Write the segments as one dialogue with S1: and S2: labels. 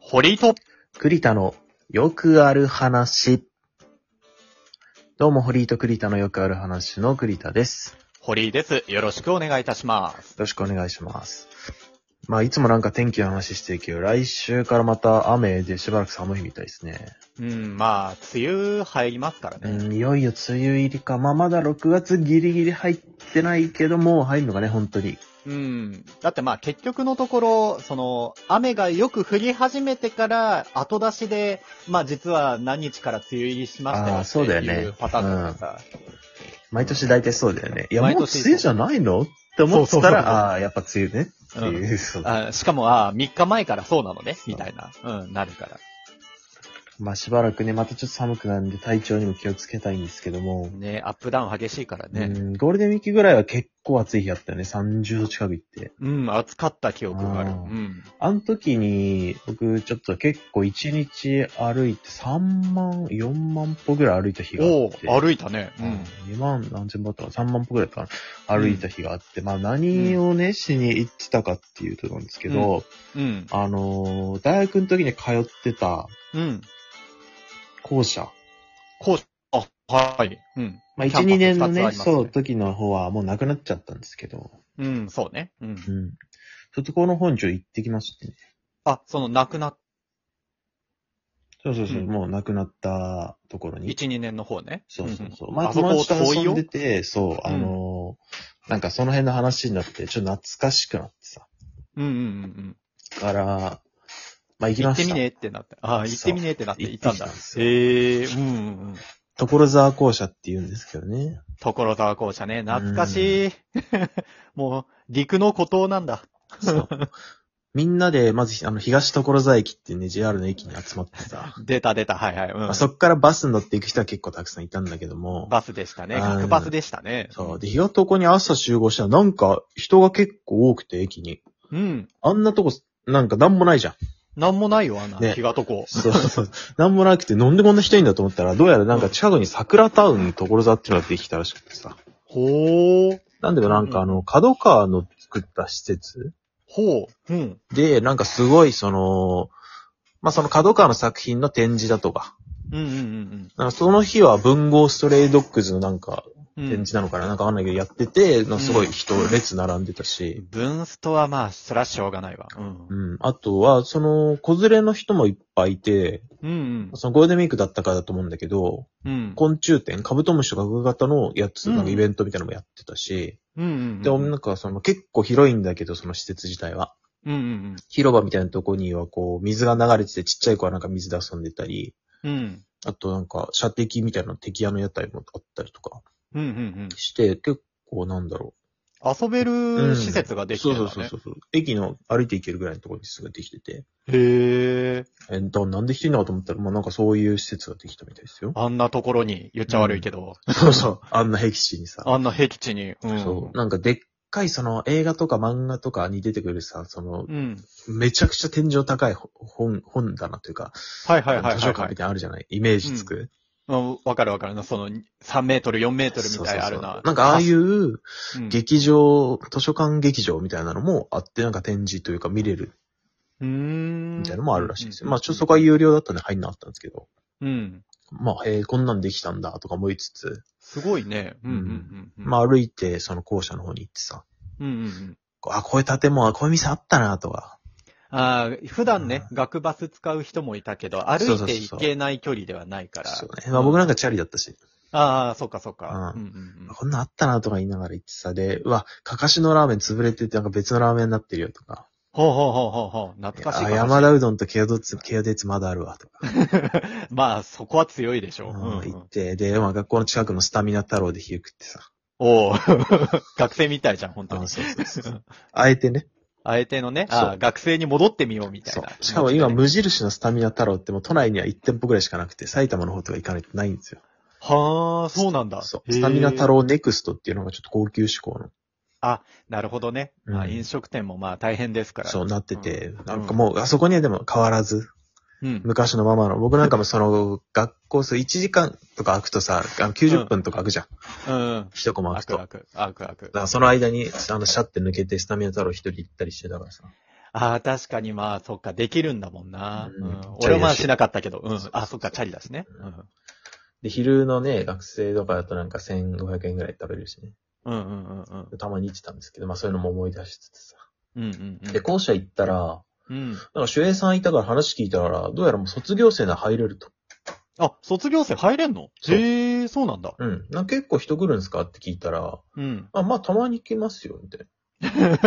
S1: 堀井と、
S2: 栗田のよくある話。どうも、堀井と栗田のよくある話の栗田です。よ
S1: 堀井です。よろしくお願いいたします。
S2: ろしくお願いします。まあ、いつもなんか天気の話してるけど、来週からまた雨でしばらく寒いみたいですね。
S1: うん、まあ、梅雨入りますから
S2: う
S1: ね。
S2: ん、いよいよ梅雨入りか。まあ、まだ6月ギリギリ入ってないけど、もう入るのがね、本当に。
S1: うん。だってまあ、結局のところ、その、雨がよく降り始めてから、後出しで、まあ実は何日から梅雨入りしました
S2: あーそうだよね
S1: っていうパターンとかさ。
S2: 毎年大体そうだよね。いや、もう
S1: 毎
S2: 梅
S1: 年
S2: 雨じゃないのって思って
S1: そうそう
S2: た
S1: そう
S2: ら、ああー、やっぱ梅雨ねっていう。そう
S1: あしかも、あ3日前からそうなのね、みたいな。うん、なるから。
S2: まあ、しばらくね、またちょっと寒くなるんで、体調にも気をつけたいんですけども。
S1: ね、アップダウン激しいから
S2: う
S1: ね。
S2: ん、ゴールデンウィークぐらいは結構暑い日あったよね。30度近く行って。
S1: うん、暑かった記憶がある。
S2: あ
S1: う
S2: ー
S1: ん。
S2: あの時に、僕ちょっと結構1日歩いて3万、4万歩ぐらい歩いた日があ
S1: お
S2: っ
S1: お
S2: て。
S1: 歩いたね。うん。
S2: 2万何千歩だったかな ?3 万歩ぐらいだったかな歩いた日があって、まあ何をね、しに行ってたかっていうとなんですけど、
S1: うん。
S2: あのー大学の時に通ってた
S1: うん。
S2: 校舎。
S1: こう、あ、はい。うん。
S2: まあ
S1: キャンパ
S2: 1、
S1: ス
S2: 2年の
S1: 二つ
S2: ね、
S1: ありますね
S2: そう、時の方はもうなくなっちゃったんですけど、
S1: うん、そうね。うん
S2: う。ん。ちょっとこの本ちょっと行ってきましてね。
S1: あ、その、亡くなっ、
S2: そうそうそう、
S1: うん
S2: もう亡くなったところに。
S1: 1、2年の方ね。
S2: そうそうそう。
S1: ん
S2: まあ、
S1: あそ
S2: 友
S1: こ
S2: 達と
S1: 遠い
S2: 遊ん
S1: よ
S2: で。て、そう、あのーなんかその辺の話になって、ちょっと懐かしくなってさ。
S1: うんうんうん
S2: だから、ま
S1: う
S2: あ行
S1: ん。
S2: き
S1: 行
S2: ま
S1: って
S2: し
S1: み
S2: た。
S1: ねってなって。あ行ってみねってなって行ったんだ。
S2: 行ってきたんですよ
S1: へえー、うんうんうん。
S2: 所沢校舎って言うんですけどね。
S1: 所沢校舎ね、懐かしい。もう、陸の孤島なんだ。
S2: そう。みんなで、まず、あの、東所沢駅っていうね、JR の駅に集まってさ。
S1: 出た出た、はいはい。う
S2: まあ、
S1: ん。
S2: そっからバスに乗っていく人は結構たくさんいたんだけども。
S1: バスでしたね。
S2: うん
S1: 各バスでしたね。
S2: そう。で、日が床に朝集合したら、なんか人が結構多くて、駅に。
S1: うん。
S2: あんなとこ、なんかなんもないじゃん。
S1: なんもないよ、あんな、
S2: ね
S1: 日がとこ。
S2: そうそう。なんもなくて、なんでこんな人いんだと思ったら、どうやらなんか近くに桜タウン所沢っていうのができたらしくてさ。
S1: ほー。
S2: なんでなんかあの、角川の作った施設
S1: ほう。うん。
S2: で、なんかすごいその、まあ、その角川の作品の展示だとか。
S1: うんうんうん
S2: なんかその日は文豪ストレイドッグズのなんか
S1: うん。
S2: 展示なのかな、なんかわかんないけどやってて、なんかすごい人列並んでたし。
S1: 分ストはまあ、そらしょうがないわ。うん
S2: う。ん。あとは、その、子連れの人もいっぱいいて、
S1: うん
S2: そのゴールデンウィークだったからだと思うんだけど、
S1: うん。うん。
S2: 昆虫展、カブトムシとかグガタのやつ、
S1: うん
S2: なんかイベントみたいなのもやってたし、
S1: うんうん。
S2: で、なんかその結構広いんだけど、その施設自体は。
S1: うんうん
S2: 広場みたいなとこにはこう、水が流れててちっちゃい子はなんか水で遊んでたり、
S1: うん。うん。
S2: あとなんか射的みたいな敵屋の屋台もあったりとか
S1: うんうんうん。
S2: して、結構なんだろ
S1: 遊べ
S2: う
S1: る
S2: ん
S1: 施設が
S2: う。
S1: できて
S2: そう
S1: る
S2: そ
S1: んだ
S2: うそう
S1: ね
S2: そ。うそう。駅の歩いて行けるぐらいのところにすぐできてて。
S1: へえ。。
S2: えだからなんで人いんのかと思ったら、まあなんかそういう施設ができたみたいですよ
S1: あんなところに、言っちゃ悪いけど、
S2: そうそう。あんな僻地にさ。
S1: あんな僻地に。うん。
S2: そう。なんかでっかいその映画とか漫画とかに出てくるさ、その
S1: う。ん。
S2: めちゃくちゃ天井高いほ本、本棚というか、
S1: はいはいはい
S2: 図
S1: は
S2: 書
S1: い、
S2: 館
S1: はい
S2: みたいなのあるじゃないイメージつく。
S1: うん。わかるわかるな。その、3メートル、4メートルみたいなある
S2: そうそうそ
S1: な
S2: う。なんかああいう
S1: うん、
S2: 劇場、図書館劇場みたいなのもあって、なんか展示というか見れる
S1: うーん。
S2: みたいなのもあるらしいですよ。
S1: うん
S2: まあちょっとそこは有料だったんで入んなかったんですけど。
S1: うん。
S2: まあ、えー、こんなんできたんだとか思いつつ、
S1: すごいね。うんうんうん。
S2: ま
S1: あ、
S2: あ歩いてその校舎の方に行ってさ、
S1: うんうんうん。
S2: あ、こういう建物、あこういう店あったなとか、
S1: ああ、普段ね、学バス使う人もいたけど、歩いていけない距離ではないから。
S2: そうね。まあ僕なんかチャリだったし、
S1: ああ、そっかそっか。う
S2: うんん
S1: うんうん
S2: こんなんあったなとか言いながら言ってさ、で、うわ、かかしのラーメン潰れててなんか別のラーメンになってるよとか、
S1: ほうほうほうほうほう。懐かしい
S2: あ
S1: 話。
S2: 山田うどんとケアドツ、ケアデツまだあるわとか、
S1: まあ、そこは強いでしょう。うんう
S2: うん、行っ
S1: ん、
S2: て、で、まあ学校の近くのスタミナ太郎で昼食っ てさ、
S1: おお 学生みたいじゃん、本当に
S2: あ。そうそうそうそう。あえてね。
S1: あえてのね、
S2: そう
S1: ああ学生に戻ってみようみた
S2: そ
S1: いな。
S2: う。しかも今無印のスタミナ太郎ってもう都内には1店舗ぐらいしかなくて、埼玉の方とか行かないとないんですよ。
S1: はあ、そうなんだ。
S2: そう。
S1: へえ
S2: スタミナ太。郎ネクストっていうのがちょっと高級志向の、
S1: なるほどね。
S2: うん
S1: まあ、飲食店もまあ大変ですから。。
S2: そううなってて、なんかもう、あそこにはでも変わらず、
S1: うん。
S2: 昔のままの、僕なんかもその、学校数1時間とか空くとさ、あの90分とか空くじゃん。
S1: うん。
S2: 一コマ空
S1: あく
S2: くと。だ
S1: あく、あくあく
S2: か。らその間に、あの、シャって抜けてスタミナ太郎一人行ったりしてたからさ。
S1: ああ、確かにまあ、そっか、できるんだもんな。
S2: う
S1: うんん、俺はまあしなかったけど、うん。あ、そっか、チャリだしね。
S2: で、昼のね、学生とかだとなんか1500円ぐらいで食べれるしね。
S1: うん。うんうんうんうん。
S2: たまに行ってたんですけど、まあそういうのも思い出しつつさ。
S1: うんうん
S2: で、校舎行ったら、
S1: うん。うん。
S2: なんか守衛さんいたから話聞いたら、どうやらもう卒業生なら入れると。
S1: あ、卒業生入れんの
S2: そう
S1: へえ、そうなんだ。
S2: うん。なんか結構人来るんですかって聞いたら、
S1: うん。
S2: あ、まあたまに来ますよ、みたいな。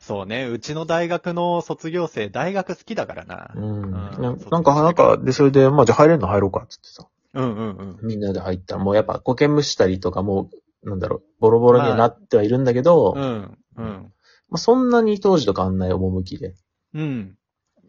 S1: そうね、うちの大学の卒業生、大学好きだからな。
S2: うん。
S1: うん
S2: なんか、なんか、で、それで、まあ、じゃあ入れるの入ろうか、つってさ。
S1: うんうんうん。
S2: みんなで入った。もうやっぱ、こけむしたりとか、もう、なんだろう、ボロボロにはなってはいるんだけど、
S1: う
S2: まあ、
S1: ん、うん。
S2: そんなに当時と変わんない趣で。
S1: うん。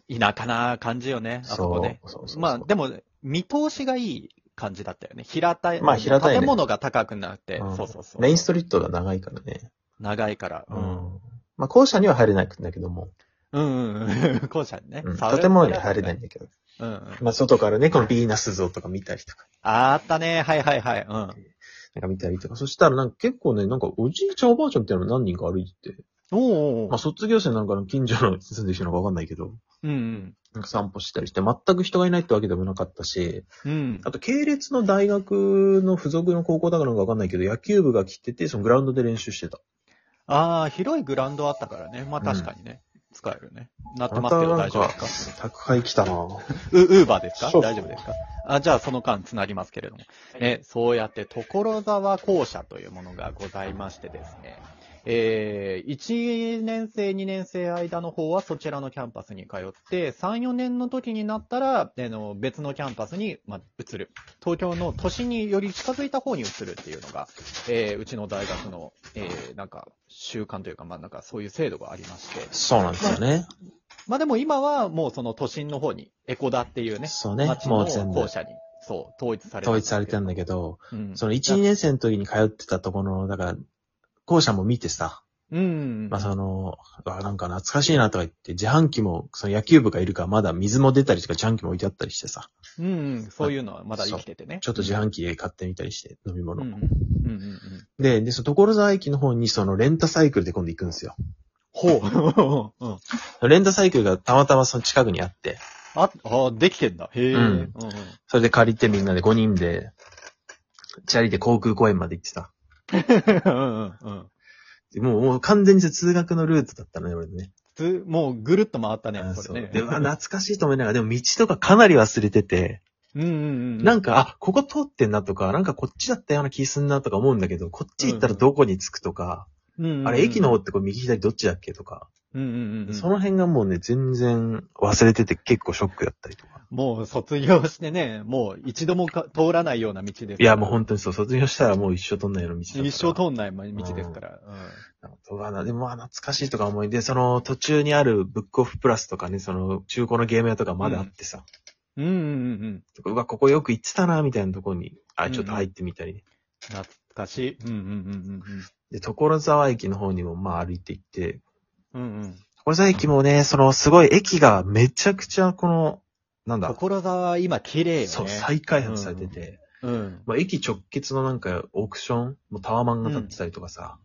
S1: 田舎な感じよね、あそこね。
S2: そうそうそう。
S1: まあ、でも、見通しがいい感じだったよね。平たい。
S2: まあ平たいね
S1: 建物が高くなって、
S2: うん
S1: そうそうそう。
S2: メインストリートが長いからね。
S1: 長いから。うん。
S2: まあ、校舎には入れないんだけども、
S1: うんうんうん。校舎にね
S2: うん。
S1: 触る
S2: 建物には入れないんだけど。
S1: うんうん。
S2: まあ、外からね、このビーナス像とか見たりとか、
S1: あったね。はいはいはい。うん。
S2: なんか見たりとか。そしたらなんか結構ね、なんかおじいちゃんおばあちゃんみたいなの何人か歩いてて、
S1: おうおう
S2: まあ、卒業生なんかの近所の住んでる人なのかわかんないけど、
S1: うん
S2: なんか散歩したりして、全く人がいないってわけでもなかったし、
S1: うん。うん。
S2: あと系列の大学の付属の高校だからなんかわかんないけど、野球部が来てて、そのグラウンドで練習してた。
S1: ああ、広いグラウンドあったからね。まあ確かにね。使えるね。なって
S2: ま
S1: ます
S2: た
S1: けど
S2: な
S1: 大
S2: ん
S1: 丈夫で
S2: か
S1: すか、
S2: 宅配来たなぁ。
S1: ウウーバーですか
S2: そう
S1: 大丈夫ですかあじゃあその間つなぎますけれども。ね、そうやって所沢校舎というものがございましてですね。えー、1年生、2年生間の方はそちらのキャンパスに通って、3、4年の時になったら、あの別のキャンパスに、まあ、移る。東京の都心により近づいた方に移るっていうのが、えー、うちの大学の、えー、なんか、習慣というか、まあ、なんかそういう制度がありまして。
S2: そうなんですよね。
S1: まあ、でも今はもうその都心の方に、エコダっていうね、
S2: そうね。
S1: 町
S2: も
S1: の
S2: う全
S1: 校
S2: 部
S1: 舎に、そう、統一された
S2: 統一されてんだけど、
S1: ど。うん。
S2: その1、2年生の時に通ってたところの、だから、校舎も見てさ、
S1: うん。
S2: まあその、あなんか懐かしいなとか言って、自販機も、その野球部がいるからまだ水も出たりとか自販機も置いてあったりしてさ、
S1: うんうん。そういうのはまだ生きててね。
S2: ちょっと自販機で買ってみたりして、飲み
S1: うん
S2: 物
S1: うん。。うんうんうん。
S2: で、で、その所沢駅の方にそのレンタサイクルで今度行くんですよ。
S1: ほう。うん。
S2: レンタサイクルがたまたまその近くにあって、
S1: あ、あ、できてんだ。へえ。
S2: う
S1: うんん
S2: それで借りてみんなで5人で、チャリで航空公園まで行ってた。
S1: うん。うんうん。
S2: でもう、もう完全にそれ通学のルートだったのね、俺ね。
S1: つ、もうぐるっと回ったね
S2: あー、
S1: そ
S2: そう
S1: れね。
S2: で、うわ懐かしいと思いながら、でも道とかかなり忘れてて、
S1: うんうんうん。
S2: なんか、あ、ここ通ってんなとか、なんかこっちだったような気すんなとか思うんだけど、こっち行ったらどこに着くとか、
S1: うんうんうん、
S2: あれ駅の方ってこう右左どっちだっけとか、
S1: うんうんうん。
S2: その辺がもうね、全然忘れてて結構ショックだったりとか。
S1: もう卒業してね、もう一度もか通らないような道ですから。
S2: いや、もう本当にそう、卒業したらもう一生通んないような道だから
S1: 一生通んない道ですから。
S2: なんかうわなでもまあ懐かしいとか思いで、その途中にあるブックオフプラスとかね、その中古のゲーム屋とかまだあってさ、
S1: うん。うんうんうん。
S2: とかうわ、ここよく行ってたな、みたいなところに、あ、ちょっと入ってみたりね。
S1: 懐かしい。うんうんうん
S2: で、所沢駅の方にもまあ歩いて行って、
S1: うんうん。うんうん。
S2: 所沢駅もね、そのすごい駅がめちゃくちゃこの、なんだ、
S1: 所沢は今綺麗よね。
S2: そう、再開発されてて、
S1: うん。うん
S2: まあ駅直結のなんかオークション、もうタワマンが建ってたりとかさ、
S1: うんうん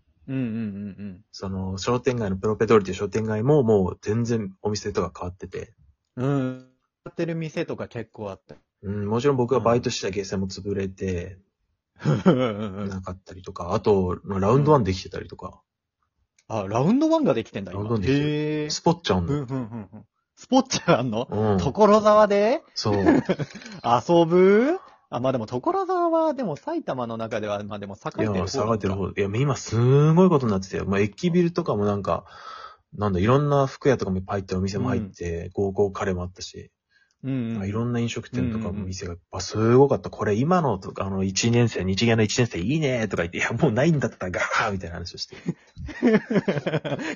S2: その商店街のプロペドリという商店街ももう全然お店とか変わってて、
S1: うんうん。うん。やってる店とか結構あった。
S2: うん、もちろん僕がバイトしてたゲーセンも潰れて、
S1: うんうんうん
S2: なかったりとか、あと、ラウンドワンできてたりとか、
S1: あ、ラウンドワンができてんだ、
S2: ラウン
S1: 今
S2: ドワ。ンできてる
S1: へえ。
S2: スポッチャン
S1: うんう
S2: の。
S1: んうんうん。スポッチャあんの
S2: うん。
S1: 所沢で
S2: そう。
S1: 遊ぶあ、まあでも所沢は、でも埼玉の中では、まあでも
S2: い
S1: 栄えてる方なの
S2: や、
S1: か。
S2: 下がってる方。いや、今すごいことになってて、まあ、駅ビルとかもなんか、なんだ、いろんな服屋とかもいっぱい入って、お店も入って、ゴーゴーカレーもあったし、
S1: うんう
S2: な
S1: んん。
S2: かいろんな飲食店と
S1: う
S2: か
S1: んうんうん
S2: 店が、あすごかった。これ今のとか、あの、1年生、日芸の1年生いいねとか言って、いや、もうないんだった、ガーみたいな 話をして。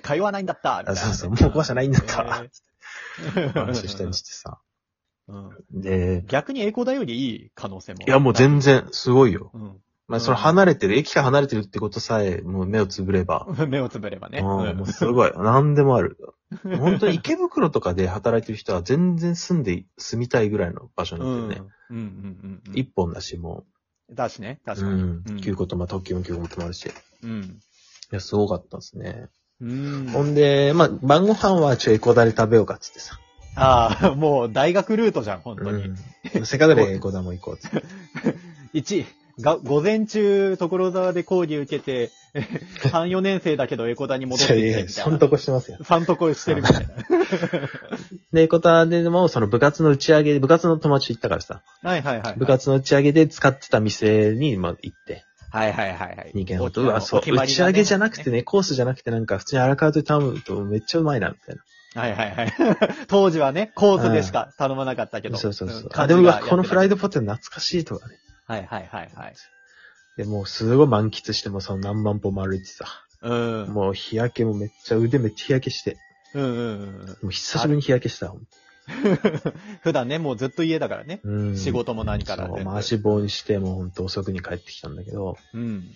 S1: 会話ないんだったみたい
S2: あ
S1: な
S2: そうそう、もう怖さないんだった、
S1: へ
S2: って話したりしてさ。
S1: うん
S2: で、
S1: 逆に栄光だよりいい可能性も。
S2: いや、もう全然、すごいよ。
S1: うん。
S2: ま
S1: う
S2: あ、
S1: ん
S2: その離れてる、駅から離れてるってことさえ、もう目をつぶれば。
S1: 目をつぶればね。
S2: うん、
S1: うん
S2: もうすごい。 何で もある。本当に池袋とかで働いてる人は全然住んで、住みたいぐらいの場所
S1: う
S2: なん
S1: ん
S2: だよね。
S1: うんうんうん。
S2: 一本だし、も
S1: だしね、
S2: う。
S1: 確
S2: う
S1: かに。
S2: ん。急。こと、まあ、特急も急こともあるし。い
S1: うん。
S2: や、すごかったですね。
S1: うん
S2: ほんで、まあ、晩ご飯はちょ、エコダで食べようかっつってさ。
S1: ああ、 もう大学ルートじゃん、本当に。
S2: うん。せっかくでエコダも行こうっつって。
S1: 1、が午前中、所沢で講義受けて、3、4年生だけどエコダに 戻ってき
S2: いや
S1: て
S2: いや
S1: みた
S2: そ
S1: い
S2: ん
S1: な
S2: と。こしてますよ。
S1: 三とこしてるみたいな。
S2: で、エコダでも、その部活の打ち上げで、部活の友達行ったからさ、
S1: はいはいはい。
S2: 部活の打ち上げで使ってた店に、まあ、行って、
S1: はいはいはいはい。
S2: 2軒ほ
S1: お
S2: ど。うわ、そう、
S1: お決ま
S2: 打
S1: り
S2: ち
S1: だね
S2: 上げじゃなくてね、コースじゃなくてなんか、普通にアラカートで頼むとめっちゃうまいな、みたいな。
S1: はいはいはい。 当時はね、コースでしか頼まなかったけど。。
S2: そうそうそうんあ、でもうわ、このフライ。
S1: 感
S2: ドポテト懐かしいとかね。
S1: じがやってたはいはいはいはい。
S2: で、もうすごい満喫して、もうその何万歩も歩いてさ。
S1: うん。
S2: もう日焼けもめっちゃ腕めっちゃ日焼けして。
S1: うんうんうん。
S2: もう久しぶりに日焼けした。
S1: 普段ね、もうずっと家だからね。
S2: うん。
S1: 仕事も何から
S2: そ
S1: 全
S2: う、
S1: 部
S2: 回し棒にして、もうほんと遅くに帰ってきたんだけど。
S1: うん。
S2: い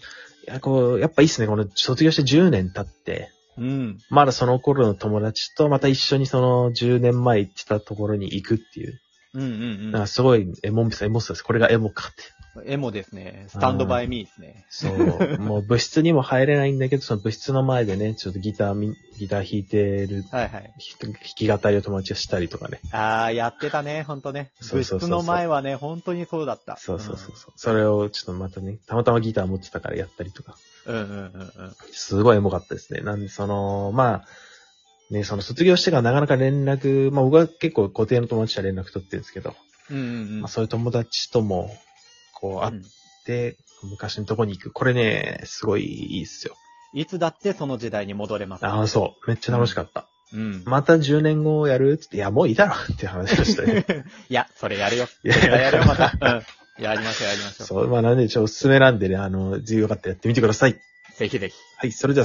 S2: や、こう、やっぱいいっすね。この卒業して10年経って、
S1: うん。
S2: まだその頃の友達とまた一緒にその10年前行ってたところに行くっていう。
S1: うんうん
S2: なん
S1: う
S2: かすごいエモンビス、エモスです。これがエモかって。
S1: ん。エモですね。スタンドバイミーですね。
S2: そう。もう部室にも入れないんだけど、その部室の前でね、ちょっとギターみ、ギター弾いてる、
S1: はいはい。
S2: 弾き語りを友達がしたりとかね。
S1: ああ、やってたね、ほんとね。
S2: そう
S1: 部
S2: そうそうそ
S1: 室
S2: う
S1: の前はね、本当にそうだった。
S2: そうそうそうそう。それをちょっとまたね、たまたまギター持ってたからやったりとか。
S1: うん。うんうんうん
S2: すごいエモかったですね。なんで、その、まあ、ね、その卒業してからなかなか連絡、まあ僕は結構固定の友達とは連絡取ってるんですけど、
S1: うん。うんうんうん
S2: まあ。そういう友達とも、こう会って、昔のとこに行く。これね、すごいいいっすよ。
S1: いつだってその時代に戻れます。
S2: ああ、そう。めっちゃ楽しかった。
S1: うん。
S2: また10年後やるってって、いや、もういいだろっていう話をしてね。
S1: いや、それやるよ。
S2: いや
S1: 絶対やるよ、また。うん。やりましょう、やりましょう。
S2: そう、まあなんで、ちょ、おすすめなんでね、あの、ぜひよかったらやってみてください。
S1: ぜひぜひ。
S2: はい、それでは